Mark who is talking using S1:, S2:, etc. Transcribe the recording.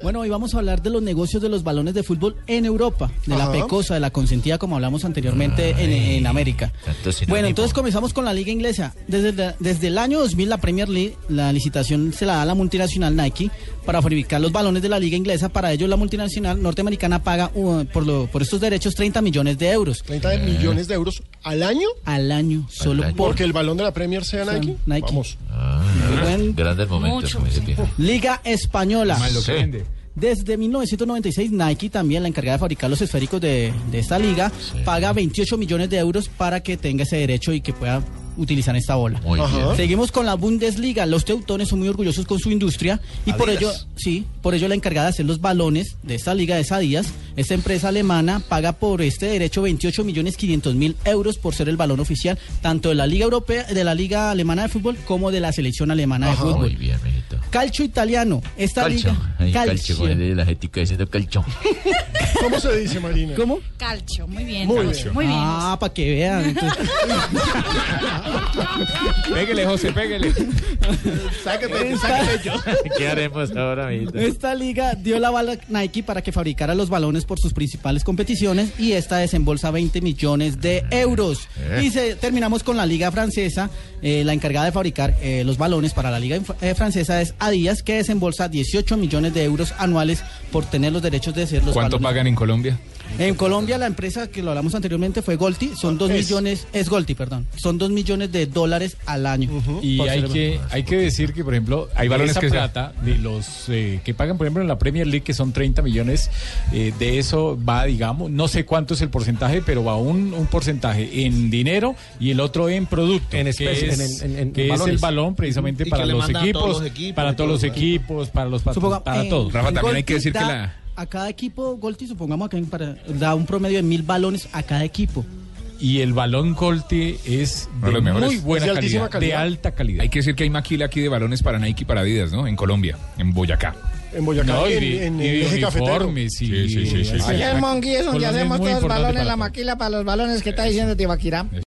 S1: Bueno, hoy vamos a hablar de los negocios de los balones de fútbol en Europa, de la
S2: Ajá.
S1: pecosa, de la consentida, como hablamos anteriormente en, en América.
S3: tanto sinónimo.
S1: Bueno, entonces comenzamos con la liga inglesa. Desde, la- desde el año 2000 la Premier League, la licitación se la da a la multinacional Nike para fabricar los balones de la liga inglesa. Para ello la multinacional norteamericana paga uh, por, lo- por estos derechos 30 millones de euros
S2: 30
S4: Eh.
S2: de millones de euros al año
S1: al año, solo
S3: año.
S1: por
S2: porque el balón de la Premier sea
S1: Son
S2: Nike.
S1: Nike.
S2: Vamos.
S1: Buen-
S3: Ah, Grandes momentos, como dice Pino.
S1: Liga Española.
S3: lo que vende.
S1: Desde 1996, Nike, también la encargada de fabricar los esféricos de, de esta liga,
S3: Sí.
S1: paga 28 millones de euros para que tenga ese derecho y que pueda utilizar esta bola.
S3: Muy
S2: Ajá.
S3: bien.
S1: Seguimos con la Bundesliga. Los teutones son muy orgullosos con su industria y por ello,
S3: Adidas.
S1: sí, por ello la encargada de hacer los balones de esta liga es Adidas. Esta empresa alemana paga por este derecho 28 millones 500 mil euros por ser el balón oficial tanto de la liga europea, de la liga alemana de fútbol como de la selección alemana
S2: Ajá.
S1: de fútbol.
S3: Ah, Muy bien, mijito.
S1: Calcio italiano. Esta
S3: Calcio.
S1: liga.
S3: Ay,
S1: calcio.
S3: calcio. como el de La ética diciendo calcio.
S2: ¿Cómo se dice, Marina?
S1: ¿Cómo?
S5: Calcio, muy bien.
S2: Muy
S5: Muy
S2: bien.
S5: bien. Muy bien.
S1: Ah, para que vean. Entonces,
S4: Pégale, José, pégale.
S2: Sácate,
S1: sácate
S2: yo.
S3: ¿Qué haremos ahora, mijito?
S1: esta liga dio la bala a Nike para que fabricara los balones por sus principales competiciones y esta desembolsa 20 millones de euros.
S3: Eh.
S1: Y se- terminamos con la liga francesa. Eh, la encargada de fabricar eh, los balones para la liga inf- eh, francesa es Adidas, que desembolsa 18 millones de euros anuales por tener los derechos de ser los
S4: ¿Cuánto
S1: balones.
S4: pagan en Colombia?
S1: En Colombia la empresa que lo hablamos anteriormente fue Golti, son dos
S2: Es.
S1: millones, es Golti, perdón, son dos millones de dólares al año.
S4: Y
S1: Por
S4: hay
S1: ser-
S4: que, hay que decir que, por ejemplo, hay
S6: balones
S4: esa
S6: que se-
S4: plata de los eh, que pagan, por ejemplo, en la Premier League, que son 30 millones, eh, de eso va, digamos, no sé cuánto es el porcentaje, pero va un, un porcentaje en dinero y el otro en producto.
S6: En
S4: que
S6: especie,
S4: es-
S6: en- en- en-
S4: que
S6: en
S4: es el
S6: balones.
S4: balón precisamente
S6: Y que
S4: para
S6: le
S4: los
S6: mandan a
S4: equipos,
S6: todos los equipos
S4: para
S6: y
S4: todos los
S6: todo.
S4: equipos, para los pat-
S1: Suponga- eh,
S4: para
S1: en-
S4: todos.
S6: Rafa,
S1: en
S6: también hay
S1: Golti
S6: que decir que
S1: da
S6: la-
S1: A cada equipo, Golti, supongamos que para- da un promedio de mil balones a cada equipo.
S4: Y el balón Colti es
S6: Uno de
S4: de
S6: los mejores.
S4: muy buena
S2: Es de altísima
S4: calidad, de
S2: calidad.
S4: alta calidad.
S6: Hay que decir que hay maquila aquí de balones para Nike y para Adidas, ¿no? En Colombia, en Boyacá.
S2: En Boyacá,
S4: No, y
S2: en,
S4: de-
S2: en
S4: y de
S2: el eje cafetero.
S4: uniformes y
S6: Sí, sí, sí, sí.
S4: Ay,
S7: Allá en
S4: ay,
S7: Monguí es donde
S4: Colombia es muy
S7: hacemos todos los
S4: importante
S7: balones,
S4: para
S7: la
S4: todo.
S7: maquila para los balones que está diciendo Tibaquirá.